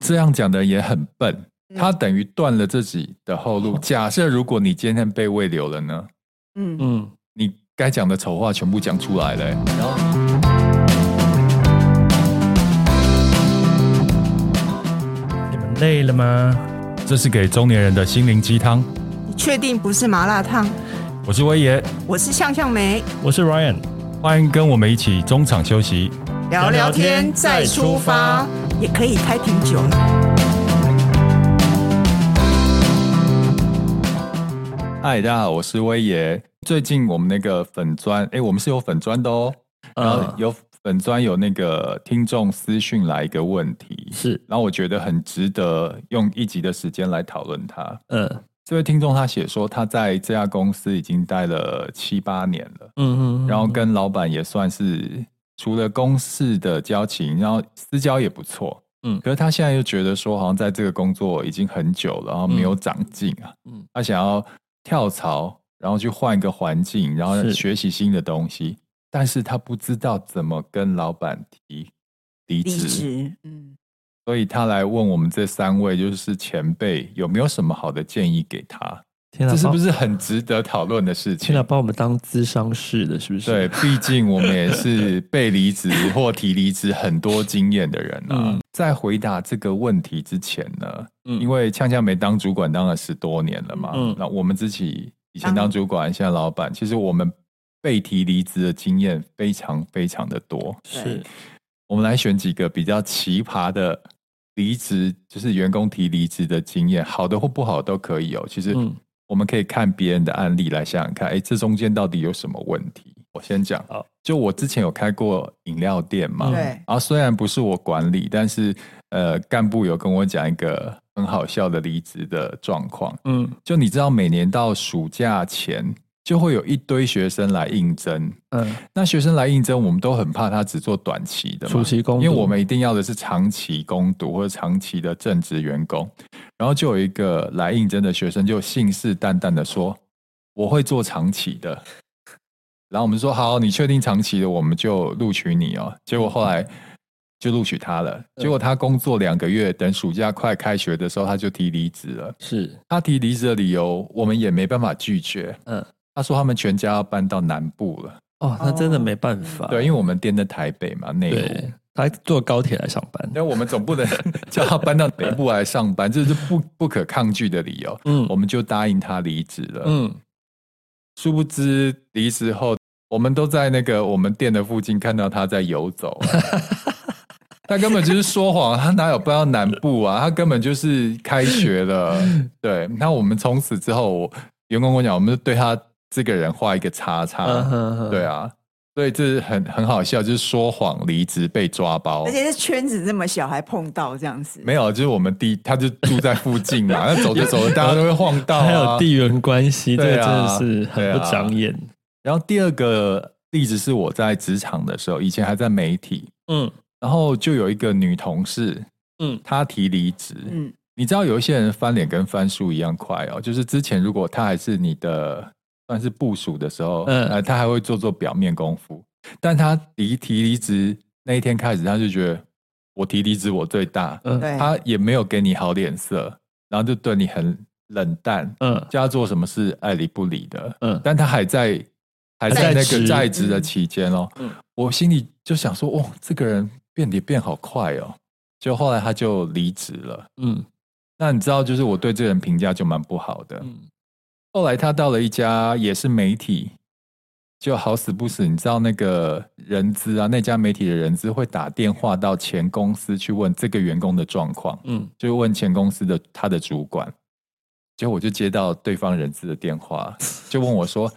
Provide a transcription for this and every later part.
这样讲的人也很笨，他等于断了自己的后路。假设如果你今天被喂流了呢，嗯，嗯，你该讲的丑话全部讲出来了、欸然后你们累了吗？这是给中年人的心灵鸡汤。你确定不是麻辣烫？我是威爷，我是向向梅，我是 Ryan，欢迎跟我们一起中场休息。聊聊聊天天再再出出发发，也可以开瓶酒了。嗨，大家好，我是威爷。最近我们那个粉砖，哎、我们是有粉砖的哦。然后嗯有粉砖有那个听众私讯来一个问题，是，然后我觉得很值得用一集的时间来讨论它。嗯这位听众他写说，他在这家公司已经待了七八年了，嗯嗯，然后跟老板也算是除了公事的交情，然后私交也不错。嗯可是他现在又觉得说，好像在这个工作已经很久了，然后没有长进啊。嗯他想要跳槽，然后去换一个环境，然后是学习新的东西，但是他不知道怎么跟老板提离离职，职，嗯，所以他来问我们这三位就是前辈有没有什么好的建议给他？天哪，这是不把？是很值得讨论的事天哪，情？把我们当咨商室的，是不是？对，，毕竟我们也是被离职或提离职很多经验的人啊。嗯在回答这个问题之前呢，嗯因为呛呛没当主管当了十多年了嘛，嗯那我们自己以前当当主管，现在老板，其实我们被提离职的经验非常非常的多。是我们来选几个比较奇葩的离职，就是员工提离职的经验，好的或不好都可以哦。其实嗯我们可以看别人的案例来想想看，哎，这中间到底有什么问题？我先讲好，就我之前有开过饮料店嘛，嗯对，然后虽然不是我管理，但是呃，干部有跟我讲一个很好笑的离职的状况。嗯就你知道，每年到暑假前，就会有一堆学生来应征。嗯，那学生来应征，我们都很怕他只做短期的嘛，暑期工因读，为我们一定要的是长期攻读或者长期的正职员工。然后就有一个来应征的学生就信誓旦旦的说：“我会做长期的。”然后我们说：“好，你确定长期的，我们就录取你哦。”结果后来就录取他嗯了。结果他工作两个月，等暑假快开学的时候，他就提离职了。是他提离职的理由，我们也没办法拒绝。嗯他说他们全家要搬到南部了，哦，那真的哦没办法，对，因为我们店在台北嘛，内湖。对，他坐高铁来上 班，那我们总不能 叫他搬到北部来上班，这是不不可抗拒的理由。嗯我们就答应他离职了。嗯殊不知离职后，我们都在那个我们店的附近看到他在游走、啊 他根本就是说谎，他哪有搬到南部啊？他根本就是开学了。对，那我们从此之后，我员工跟我讲，我们就对他这个人画一个叉叉。嗯哼哼对啊，所以这很很好笑，就是说谎离职被抓包，而且是圈子这么小，还碰到这样子，没有，就是我们地，他就住在附近嘛， 那走着走着，大家都会晃到、啊。还有地，缘关系，这个对真啊的是对很不啊长眼。然后第二个例子是我在职场的时候，以前还在媒体，嗯然后就有一个女同事，嗯她提离职。嗯，你知道有一些人翻脸跟翻书一样快哦，就是之前如果他还是你的算是部署的时候，嗯呃，他还会做做表面功夫，但他离提离职那一天开始，他就觉得我提离职我最大，嗯对，他也没有给你好脸色，然后就对你很冷淡，嗯叫他做什么事爱理不理的，嗯，但他还在还在还在那个职在职的期间哦，嗯我心里就想说，哦，这个人变脸变好快哦，就后来他就离职了。嗯那你知道，就是我对这个人评价就蛮不好的。嗯后来他到了一家也是媒体，就好死不死，你知道那个人资啊，那家媒体的人资会打电话到前公司去问这个员工的状况。嗯就问前公司的他的主管，结果我就接到对方人资的电话，就问我说：“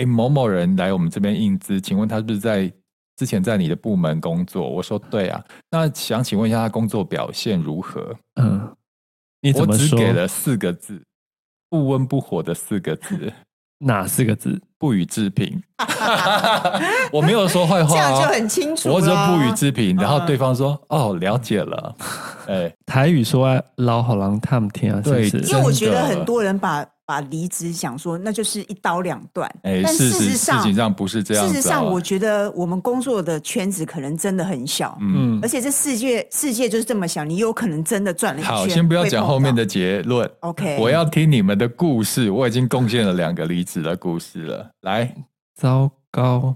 哎、某某人来我们这边应资，请问他是不是在之前在你的部门工作？”我说：“对啊。”那想请问一下他工作表现如何？嗯，你怎我么只说？给了四个字，不温不火的四个字。哪四个字？不予置 评。我没有说坏这话、样啊，就很清楚了。我只是不予置评。然后嗯对方说：“哦，了解了。”哎，台语说啊老好郎他们听啊，是不对是因？为我真觉得的很多人把把离职想说那就是一刀两断，哎，但事事实实上事情上不是这样、啊。事实上，我觉得我们工作的圈子可能真的很小，嗯，嗯而，且这世界世界就是这么小，你有可能真的转了一圈。好，先不要会讲碰到后面。的结论。 OK，我要听你们的故事，我已经贡献了两个离职的故事了。来，糟糕，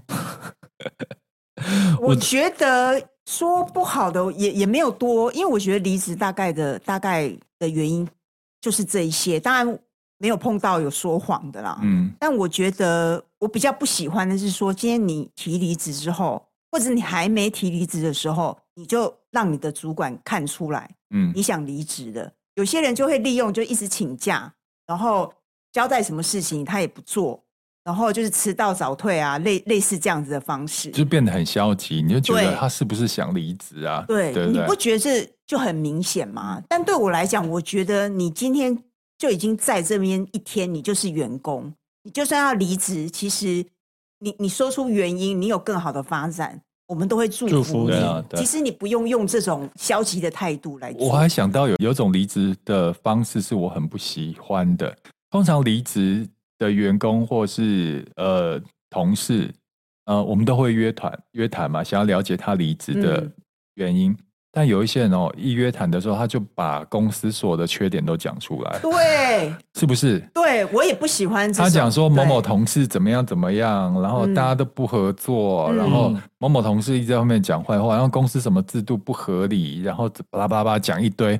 我觉得说不好的也也没有多，因为我觉得离职大概的大概的原因就是这一些，当然没有碰到有说谎的啦。嗯，但我觉得我比较不喜欢的是说，今天你提离职之后，或者你还没提离职的时候，你就让你的主管看出来嗯你想离职的。有些人就会利用，就一直请假，然后交代什么事情他也不做，然后就是迟到早退啊，类类似这样子的方式。就变得很消极，你就觉得对他是不是想离职啊？对，对不你对不？觉得这就很明显吗？但对我来讲，我觉得你今天就已经在这边一天，你就是员工，你就算要离职，其实你你说出原因，你有更好的发展，我们都会祝祝福福你。对啊对其实你不用用这种消极的态度来做。我还想到有有种离职的方式是我很不喜欢的。通常离职的员工或是呃同事，呃，我们都会约谈约谈嘛，想要了解他离职的嗯原因。但有一些人哦，一约谈的时候，他就把公司所有的缺点都讲出来，对是不是？对，我也不喜欢这种。他讲说某某对同事怎么样怎么样，然后嗯大家都不合作，嗯然后某某同事一直在后面讲坏话，然后公司什么制度不合理，然后巴拉巴拉巴拉讲一堆，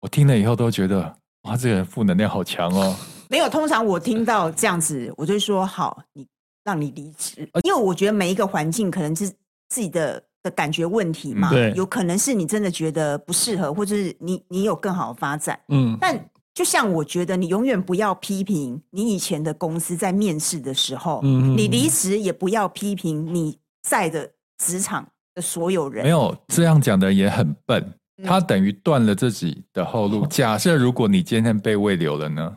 我听了以后都觉得哇，这个人负能量好强 哦。没有，通常我听到这样子，我就会说好，你让你离职，因为我觉得每一个环境可能是自己的的感觉问题嗯嘛，对有可能是你真的觉得不适合，或者是你你有更好的发展。嗯，但就像我觉得，你永远不要批评你以前的公司在面试的时候，嗯嗯你离职也不要批评你在的职场的所有人，没有这样讲的也很笨，嗯他等于断了自己的后路。假设如果你今天被喂流了呢，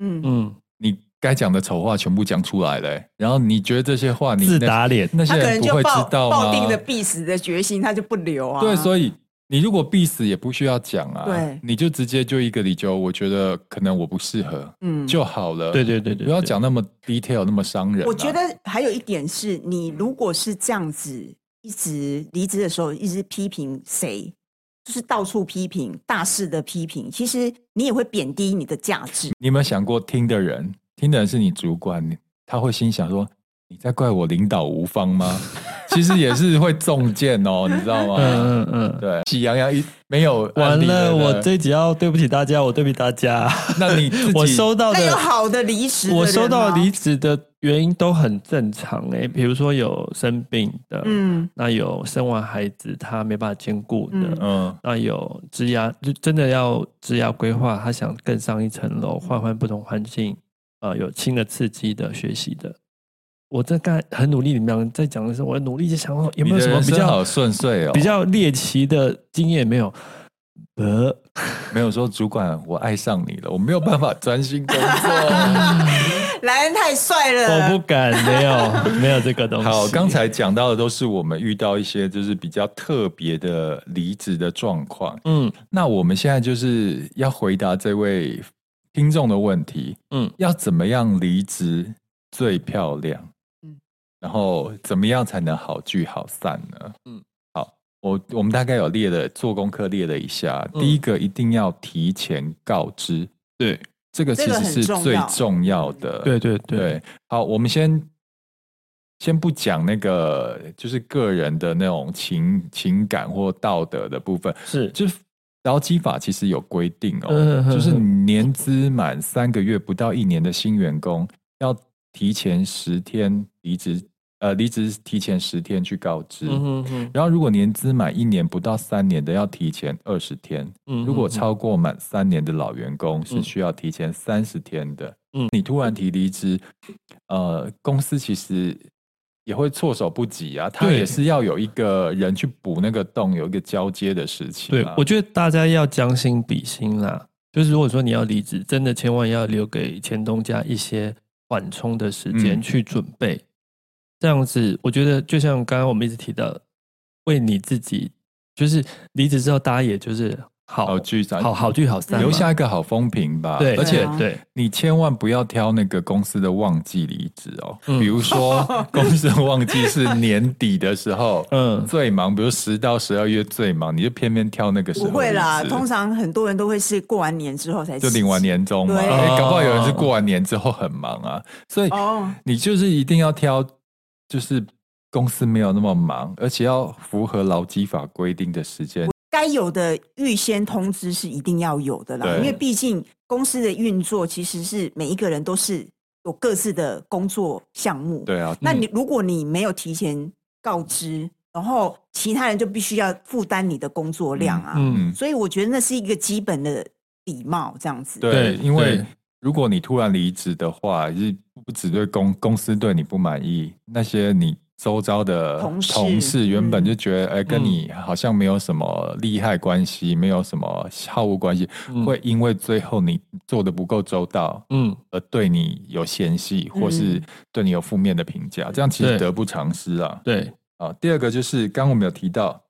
嗯，嗯，你该讲的丑话全部讲出来了、然后你觉得这些话你自那打脸，那他些可人能不就会知抱道吗？抱定了必死的决心，他就不留啊。对，所以你如果必死也不需要讲啊，对你就直接就一个理由，我觉得可能我不适合、嗯就好了。对对对对，不要对，讲那么 detail，那么伤人啊、我觉得还有一点是，你如果是这样子，一直离职的时候一直批评谁，就是到处批评、大肆的批评，其实你也会贬低你的价值。你有没有想过，听的人，听的人是你主管，你他会心想说：“你在怪我领导无方吗？” 其实也是会中箭 哦，你知道吗？嗯嗯嗯，对，喜羊羊一没有案完例了，对不对我这集要对不起大家，我对不起大家，那你自己我收到那有的。好的离职的人吗，我收到的离职的原因都很正常诶、比如说有生病的，嗯那有生完孩子他没办法兼顾的，嗯嗯那有职涯就真的要职涯规划，他想更上一层楼，换换不同环境，呃，有新的刺激的学习的。我在刚才很努力，你们在讲的时候，我努力在想说有没有你的什么人比生较好顺遂哦？比较猎奇的经验没有？呃，没有说主管，我爱上你了，我没有办法专心工 作。 莱恩太帅了，我不敢，没有没有这个东西。好，刚才讲到的都是我们遇到一些就是比较特别的离职的状况。嗯那我们现在就是要回答这位听众的问题：嗯要怎么样离职最漂亮？嗯嗯，然后怎么样才能好聚好散呢？嗯嗯，好，我我们大概有列了做功课列了一下，嗯第一个一定要提前告知，对这个其这个实很是重最要重要的。对对对，对，好，我们先先不讲那个就是个人的那种情情感或道德的部分，是就是劳基法其实有规定哦，嗯哼就是年资满三个月不到一年的新员工，要提前十天离职，呃，离职提前十天去告知。嗯哼哼然后，如果年资满一年不到三年的，要提前二十天。嗯如果嗯超过满三年的老员工，是嗯需要提前三十天的。嗯你突然提离职，呃，公司其实也会措手不及啊。他对也是要有一个人去补那个洞，有一个交接的事情、对啊。，我觉得大家要将心比心啦。就是如果说你要离职，真的千万要留给前东家一些缓冲的时间嗯去准备。这样子，我觉得就像刚刚我们一直提到，为你自己就是离职之后，大家也就是好好聚散，好好聚好散嘛，哦留下一个好风评吧。对，而且啊对你千万不要挑那个公司的旺季离职哦。嗯，比如说，公司的旺季是年底的时候嗯最忙，比如十到十二月最忙，你就偏偏挑那个时候不会啦，离职通常很多人都会是过完年之后才就领完辞职年终嘛。对哎搞不好有人是过完年之后很忙啊，所以哦，你就是一定要挑，就是公司没有那么忙，而且要符合劳基法规定的时间。该有的预先通知是一定要有的啦，对因为毕竟公司的运作其实是每一个人都是有各自的工作项目。对啊，那嗯你如果你没有提前告知，然后其他人就必须要负担你的工作量啊，嗯，所以我觉得那是一个基本的礼貌，这样子。对，对因为对如果你突然离职的话，就是不只对公公司对你不满意，那些你周遭的同事同事原本嗯就觉得，哎、跟嗯你好像没有什么利害关系，没有什么好恶关系，嗯会因为最后你做的不够周到。嗯而对你有嫌隙，或是嗯对你有负面的评价，这样其实对得不偿失啊。对，啊，第二个就是刚刚我们有提到，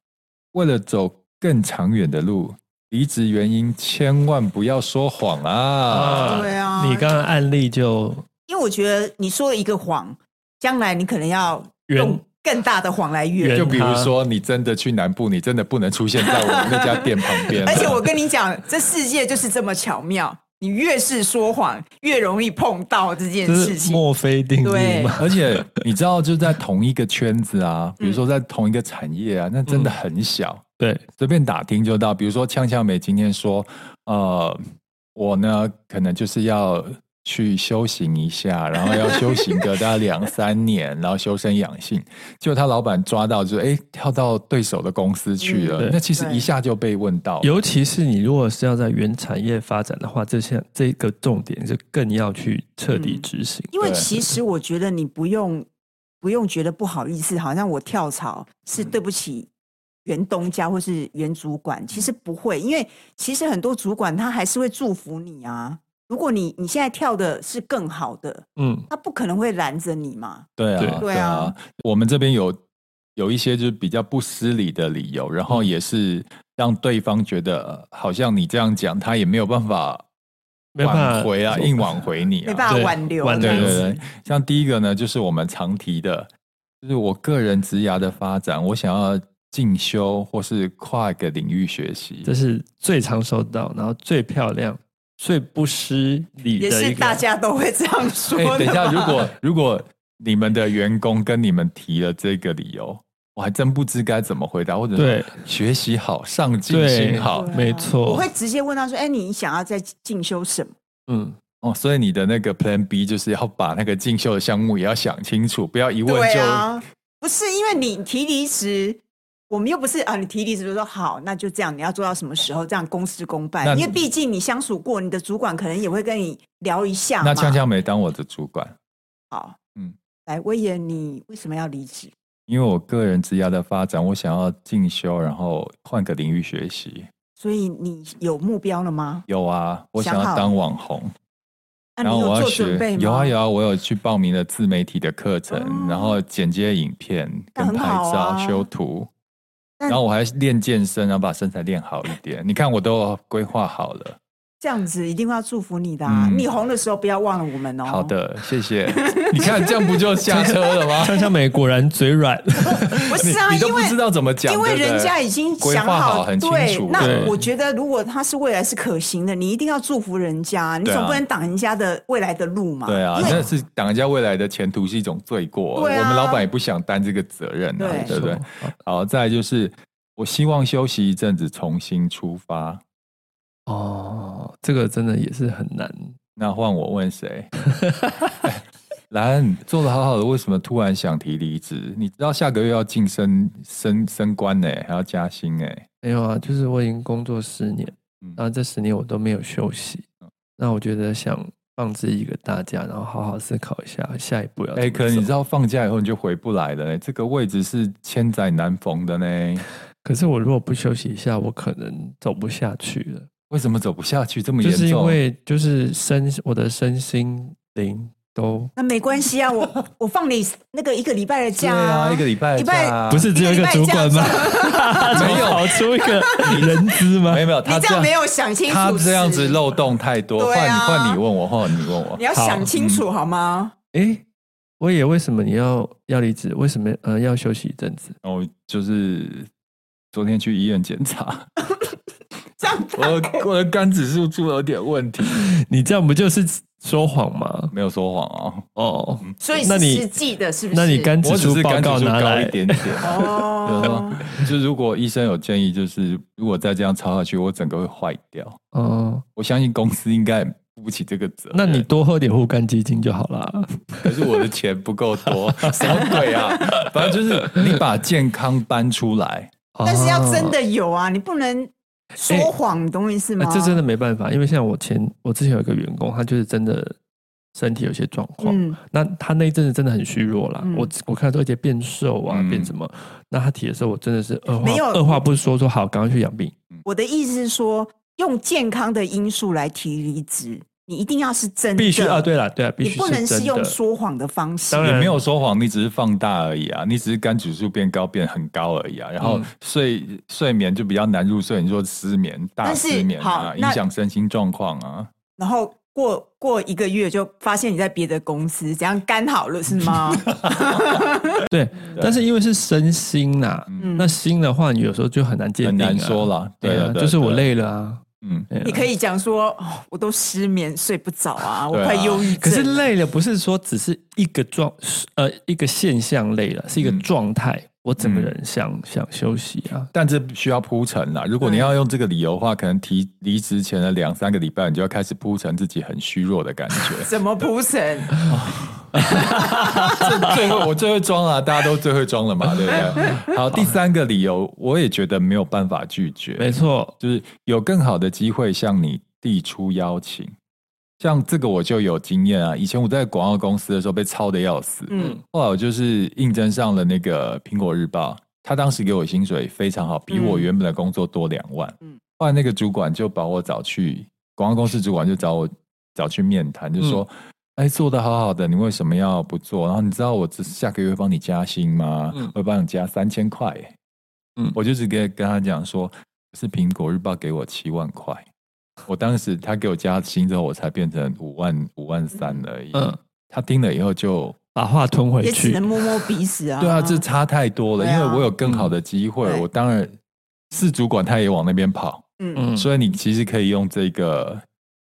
为了走更长远的路，离职原因千万不要说谎啊！啊对啊你刚刚案例就因为我觉得你说了一个谎，将来你可能要圆用更大的谎来圆。。圆就比如他说，你真的去啊南部，你真的不能出现在我们那家店旁边 而且我跟你讲，这世界就是这么巧妙，你越是说谎，越容易碰到这件这事是情。墨菲定律对嘛，而且你知道，就在同一个圈子啊，比如嗯说在同一个产业啊，那真的很小，对，随便打听就到。比如说，呛呛美今天说，呃，我呢可能就是要去修行一下，然后要修行个大概两三年，然后修身养性。结果他老板抓到就是，哎，跳到对手的公司去嗯了，对那其实对一下就被问到了。尤其是你如果是要在原产业发展的话，这项这个重点就更要去彻底嗯执行。因为对其实我觉得你不用不用觉得不好意思，好像我跳槽嗯是对不起原东家或是原主管，其实不会，因为其实很多主管他还是会祝福你啊。如果你你现在跳的是更好的，嗯他不可能会拦着你嘛。对对啊，对啊，我们这边有有一些就是比较不失礼的理由，然嗯后也是让对方觉得呃好像你这样讲，他也没有办法没办法嗯挽回啊，硬挽回你没啊。办法对挽留，挽留对这样对子对，像第一个呢，就是我们常提的，就是我个人职涯的发展，我想要进修或是跨一个领域学习这。是最常收到，然后最漂亮、最不失礼的也一个。是大家都会这样说哎的吧。，等一下，如果如果你们的员工跟你们提了这个理由，我还真不知该怎么回答，或者说对学习好、上进对心好对啊没我错会。直接问他说：“哎，你想要再进修什么嗯，哦，所以你的那个 Plan B 就是要把那个进修的项目也要想清楚，不要一？”问对就、啊，不是因为你提离职，我们又不是啊，你提离职就说好，那就这样，你要做到什么时候？这样公事公那办，因为毕竟你相处过，你的主管可能也会跟你聊一下嘛。那锵锵没当我的主管，好，嗯嗯，来，威严，你为什么要离职？因为我个人职涯的发展，我想要进修，然后换个领域学习。所以你有目标了吗？有啊，我想想要好当网红，那然你后我有要做准备学。吗？有啊有啊，我有去报名了自媒体的课程，哦然后剪接影片、那跟很拍好照、啊修图，但然后我还练健身，然后把身材练好一点。你看，我都规划好了。这样子一定要祝福你的、啊。嗯你红的时候不要忘了我们哦。好的，谢谢。 你看，这样不就下车了吗？香香美果然 嘴软，不你是 啊，你都因不为知道怎么讲，因为对不对人家已经规想划好很清对楚，。那对我觉得如果他是未来是可行的，你一定要祝福人家，你对啊总不能挡人家的未来的路嘛。对啊，因为那是挡人家未来的前途是一种罪过，对啊我们老板也不想担这个责任啊，对对不对没？错好，再来就是我希望休息一阵子，重新出发。哦，这个真的也是很难。那换我问谁？ 兰做的好好的，为什么突然想提离职？你知道下个月要晋升升升官呢、还要加薪哎、没有啊，就是我已经工作十年，嗯然后这十年我都没有休息。那我觉得想放置一个大假，然后好好思考一下下一步要怎哎、么可能你走知道放假以后你就回不来了、欸，这个位置是千载难逢的呢。可是我如果不休息一下，我可能走不下去了。为什么走不下去这么就严重？是因为就是身我的身心灵都那没关系啊，我我放你那个一个礼拜的对假啊，一个礼拜的礼拜假啊不是只有一个哎主管吗？没有跑出一个人资吗没？有没有，他 你这这样没样有想清楚，他这样子是漏洞太多，对换啊换你问我，换你问我你，要好想清嗯楚好吗？诶，我也为什么你要要离职？为什么呃要休息一阵子？然后就是昨天去医院检查， 这样我的我的肝指数出了点问题，你这样不就是说谎吗？没有说谎啊，哦，所以那是你实际的，是不是？那你肝指我只数是报肝指告数拿高来一， 点点啊。就是哦说，就如果医生有建议，就是如果再这样抄下去，我整个会坏掉。哦，我相信公司应该也负不起这个责任。那你多喝点护肝基金就好啦。可是我的钱不够 多，什么鬼啊？反正就是你把健康搬出来，但是要真哦的有啊，你不能哎说谎，你懂我意思吗哎？这真的没办法，因为像我前我之前有一个员工，他就是真的身体有些状况，嗯那他那一阵子真的很虚弱啦。嗯我我看到都而且变瘦啊，嗯变什么？那他提的时候，我真的是二话没有二话不说说好，赶快去养病。我的意思是说，用健康的因素来提离职，你一定要是真的，必须啊，对了，对啊，必你须不能是真的。用说谎的方式。当然也没有说谎，你只是放大而已啊，你只是肝指数变高变很高而已啊。然后嗯睡、睡眠就比较难入睡，你说失眠、大但是失眠啊，好影那响身心状况啊。然后过过一个月就发现你在别的公司，这样肝好了是吗？ 对，但是因为是身心啦，嗯那心的话，你有时候就很难界定、很啊，难说啦对对啊啊，对啊就是我对啊累了啊。嗯，对啊你可以讲说，哦我都失眠，睡不着啊，我对啊快忧郁症。可是累了不是说只是一个状呃一个现象累了，是一个嗯状态。我整个嗯人想、想休息啊，但这需要铺陈啦。如果你对要用这个理由的话，可能提离职前的两三个礼拜，你就要开始铺陈自己很虚弱的感觉。 怎么铺陈？嗯这最会我最会装了，大家都最会装了嘛，对不 对？好，第三个理由，我也觉得没有办法拒绝，没错，就是有更好的机会向你递出邀请。像这个我就有经验啊，以前我在广告公司的时候被抄的要死，嗯后来我就是应征上了那个苹果日报，他当时给我薪水非常好，比我原本的工作多两万。嗯后来那个主管就把我找去广告公司，主管就找我找去面谈，就说：“哎、做的好好的，你为什么要不做？然后你知道我这下个月会帮你加薪吗？嗯会帮你加三千块。”嗯嗯，我就直接跟他讲说：“是苹果日报给我七万块。”我当时他给我加薪之后，我才变成五万五万三而已。嗯，他听了以后就把话吞回也只去能，摸摸鼻屎啊。对啊，这差太多了，对啊因为我有更好的机会，嗯对我当然是主管，他也往那边跑，嗯嗯，所以你其实可以用这个。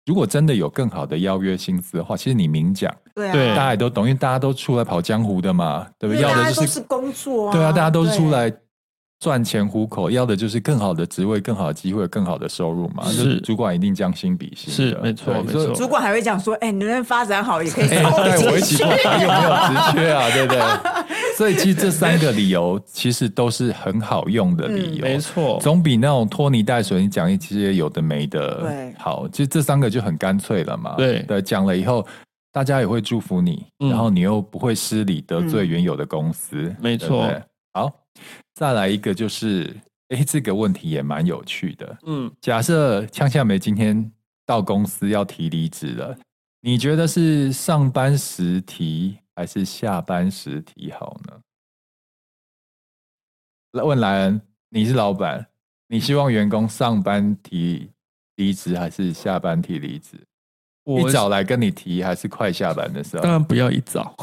如果真的有更好的邀约薪资的话，其实你明讲，对啊，对大家也都懂，因为大家都出来跑江湖的嘛，对不对？因要为的大家就都是是工作啊，对啊，大家都是出对来赚钱糊口，要的就是更好的职位、更好的机会、更好的收入嘛。是就主管一定将心比心是的，没错对没所以错主管还会讲说：“哎、你能发展好，也可以哎找我带我一进起去过来，有没有职缺啊？对不 对？所以其实这三个理由其实都是很好用的理由，没错，总比那种拖泥带水你讲一些有的没的对好。其实这三个就很干脆了嘛。对对，讲了以后。大家也会祝福你，嗯然后你又不会失礼得罪原有的公司，没对不错对好，再来一个就是，哎，这个问题也蛮有趣的。嗯，假设呛夏梅今天到公司要提离职了，你觉得是上班时提还是下班时提好呢？来问莱恩，你是老板，你希望员工上班提离职还是下班提离职？我呃一早来跟你提还是快下班的时候当？然不要一早，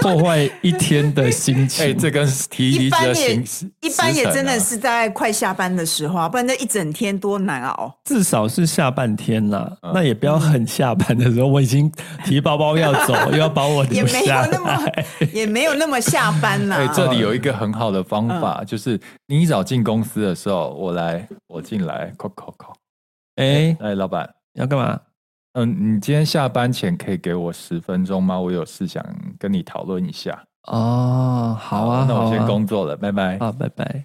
破坏一天的心情。哎、这跟提离职一般的也形式、一般也真的时啊是在快下班的时候啊，不然那一整天多难熬。至少是下半天啦，嗯那也不要很下班的时候，我已经提包包要走，又要把我也留没有下那么来。，也没有那嗯么下班呐、 哎、这里有一个嗯很好的方法，就是你一早进公司的时候，我来，我进来，扣扣扣，哎、哎，老板，要干嘛？嗯，你今天下班前可以给我十分钟吗？我有事想跟你讨论一下。哦，好啊，那我好先啊工作了，拜拜。啊，拜拜。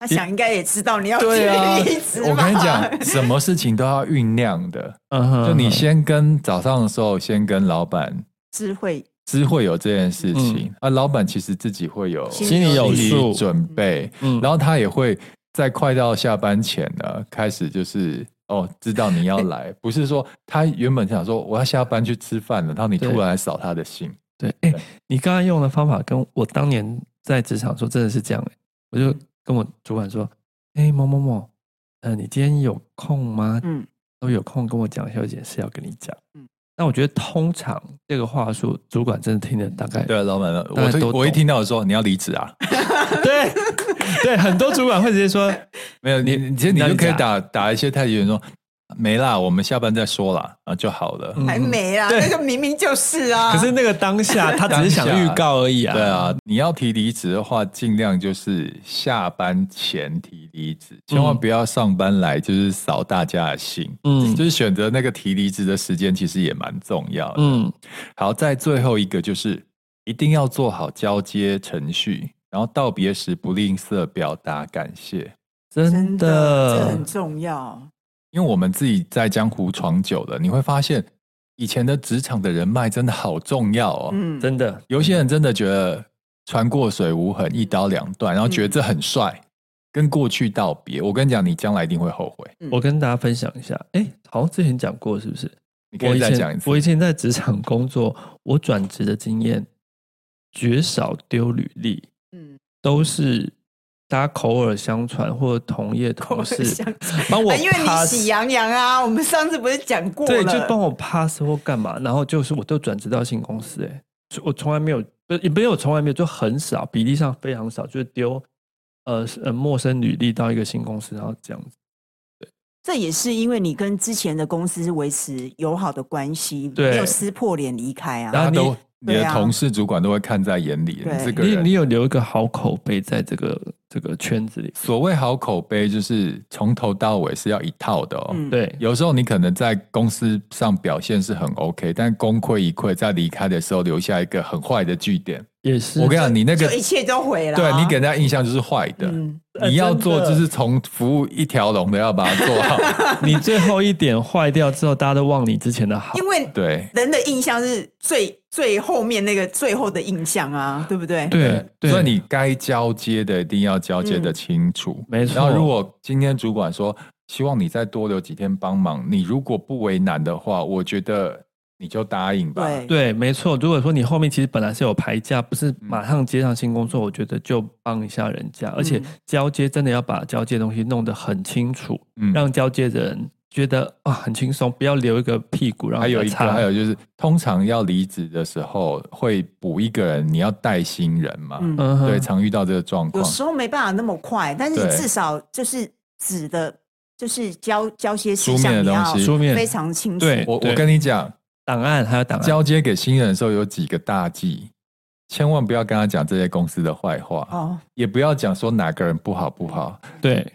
他想应该也知道你要去对啊离职，吧我跟你讲，什么事情都要酝酿的。嗯哼，就你先跟早上的时候，先跟老板 智慧知会有这件嗯事情，啊，老板其实自己会有心心里有心理数，准备，嗯然后他也会在快到下班前呢，开始就是哦，知道你要 来，不是说他原本想说我要下班去吃饭了，然后你对突然来扫他的兴，对，哎、对你刚刚用的方法跟我当年在职场说真的是这样、欸，我嗯就跟我主管说，哎、某某某，呃，你今天有空吗？嗯，都有空跟我讲一下，有件事要跟你讲。嗯嗯，那我觉得通常这个话术，主管真的听得大概对啊，老板，大我家都听我一懂听到说你要离职啊， 对对，很多主管会直 接说，没有你，你其实你那就你可以咋打打一些太极拳说没啦，我们下班再说啦，啊就好了。嗯还没啦，那个明明就是啊。可是那个 当下他只是想当下预告而已啊。对啊，你要提离职的话，尽量就是下班前提离职，千万不要上班来就是扫大家的兴。嗯就是选择那个提离职的时间，其实也蛮重要的。嗯好，在最后一个就是一定要做好交接程序，然后道别时不吝啬表达感谢。真的，这的很，重要。因为我们自己在江湖闯久了，你会发现以前的职场的人脉真的好重要哦。嗯，真的，有些人真的觉得穿过水无痕，一刀两断，然后嗯觉得这很帅，跟过去道别。我跟你讲，你将来一定会后悔。我跟大家分享一下，哎、好像之前讲过是不是？你可我以以再讲一前次我以。前在职场工作，我转职的经验绝少丢履历，嗯，都是大家口耳相传或者同业同口耳事相帮我啊因为你 pass，喜羊羊啊，我们上次不是讲过对，了？就帮我 pass 或干嘛，然后就是我都转职到新公司、欸，哎，我从来没有，不也没有从来没有，就很少，比例上非常少，就是丢呃是呃陌生履历到一个新公司，然后这样子，这也是因为你跟之前的公司维持友好的关系，对没有撕破脸离开啊。大家然都后你对的啊同事、主管都会看在眼里，对你这个你人你有留一个好口碑在这个这个圈子里，所谓好口碑，就是从头到尾是要一套的哦。嗯对，有时候你可能在公司上表现是很 OK，但功亏一篑，在离开的时候留下一个很坏的据点。也是我跟你讲，你那个就一切都毁了啊。对你给人家印象就是坏的。嗯呃你要做就真的是从服务一条龙的，要把它 做好。 你最后一点坏掉之后，大家都忘你之前的好因。为对，人的印象是最最后面那个最后的印象啊，对不对？对，对所以你该交接的一定要交接的嗯清楚。没错。然后，如果今天主管说希望你再多留几天帮忙，你如果不为难的话，我觉得你就答应吧。对对，没错。如果说你后面其实本来是有排假，不是马上接上新工作，我觉得就帮一下人家。而且嗯交接真的要把交接的东西弄得很清楚，嗯让交接的人觉得啊很轻松，不要留一个屁股让还有人一家个，擦还有就是，通常要离职的时候会补一个人，你要带新人嘛？嗯嗯哼对，常遇到这个状有况。时候没办法那么快，但是对至少就是指的，就是交交些事书面项的你要东西书面非常清楚。对我我跟你讲，档案还有档案，交接给新人的时候有几个大忌，千万不要跟他讲这些公司的坏话，哦，也不要讲说哪个人不好不好。对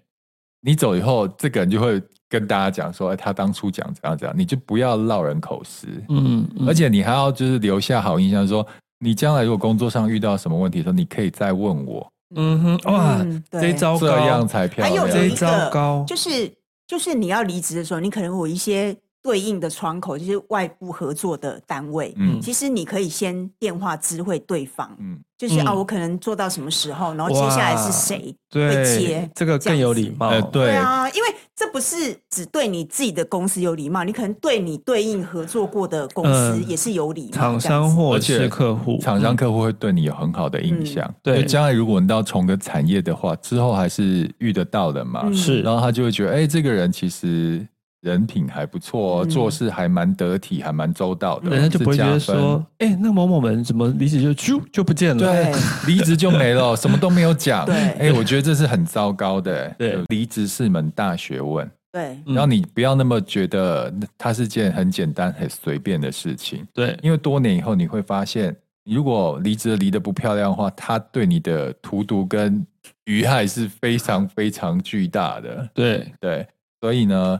你走以后，这个人就会跟大家讲说，哎，他当初讲怎样怎样，你就不要落人口实。嗯，嗯而且你还要就是留下好印象说，你将来如果工作上遇到什么问题的时候，你可以再问我，嗯哼，哇，嗯对这一招这高样才漂还有亮。这一一招个高，就是就是你要离职的时候，你可能有一些对应的窗口，就是外部合作的单位。嗯其实你可以先电话知会对方，嗯，就是、啊，嗯我可能做到什么时候，然后接下来是哇谁？会对接，这个这更样有子礼貌呃，。对，啊，因为这不是只对你自己的公司有礼貌，你可能对你对应合作过的公司嗯也是有礼貌。厂这样商子或而者且是客户，厂商嗯客户会对你有很好的印象。就对将来如果你到同个产业的话，之后还是遇得到的嘛。嗯是然后他就会觉得，哎、这个人其实人品还不错、哦，嗯做事还蛮得体，还蛮周到的，人家就不会觉得嗯是加分说，哎、那某某人怎么离职就啾就不见了？对，离职就没 了，什么都没有讲。对哎、我觉得这是很糟糕的。对，离职是门大学问，对，嗯然后你不要那么觉得它是件很简单、很随便的事情，对，因为多年以后你会发现，你如果离职离得不漂亮的话，它对你的荼毒跟 余害是非常非常巨大嗯的。对，对，所以呢，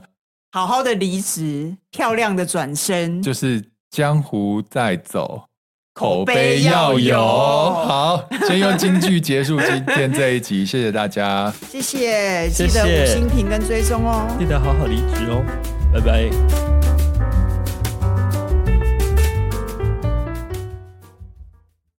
好好的离职，漂亮的转身，就是江湖在走，口碑要有好，先用京剧结束今天这一集，谢谢大家。谢谢，记谢得谢五星评跟追踪哦。记得好好离职哦，拜拜。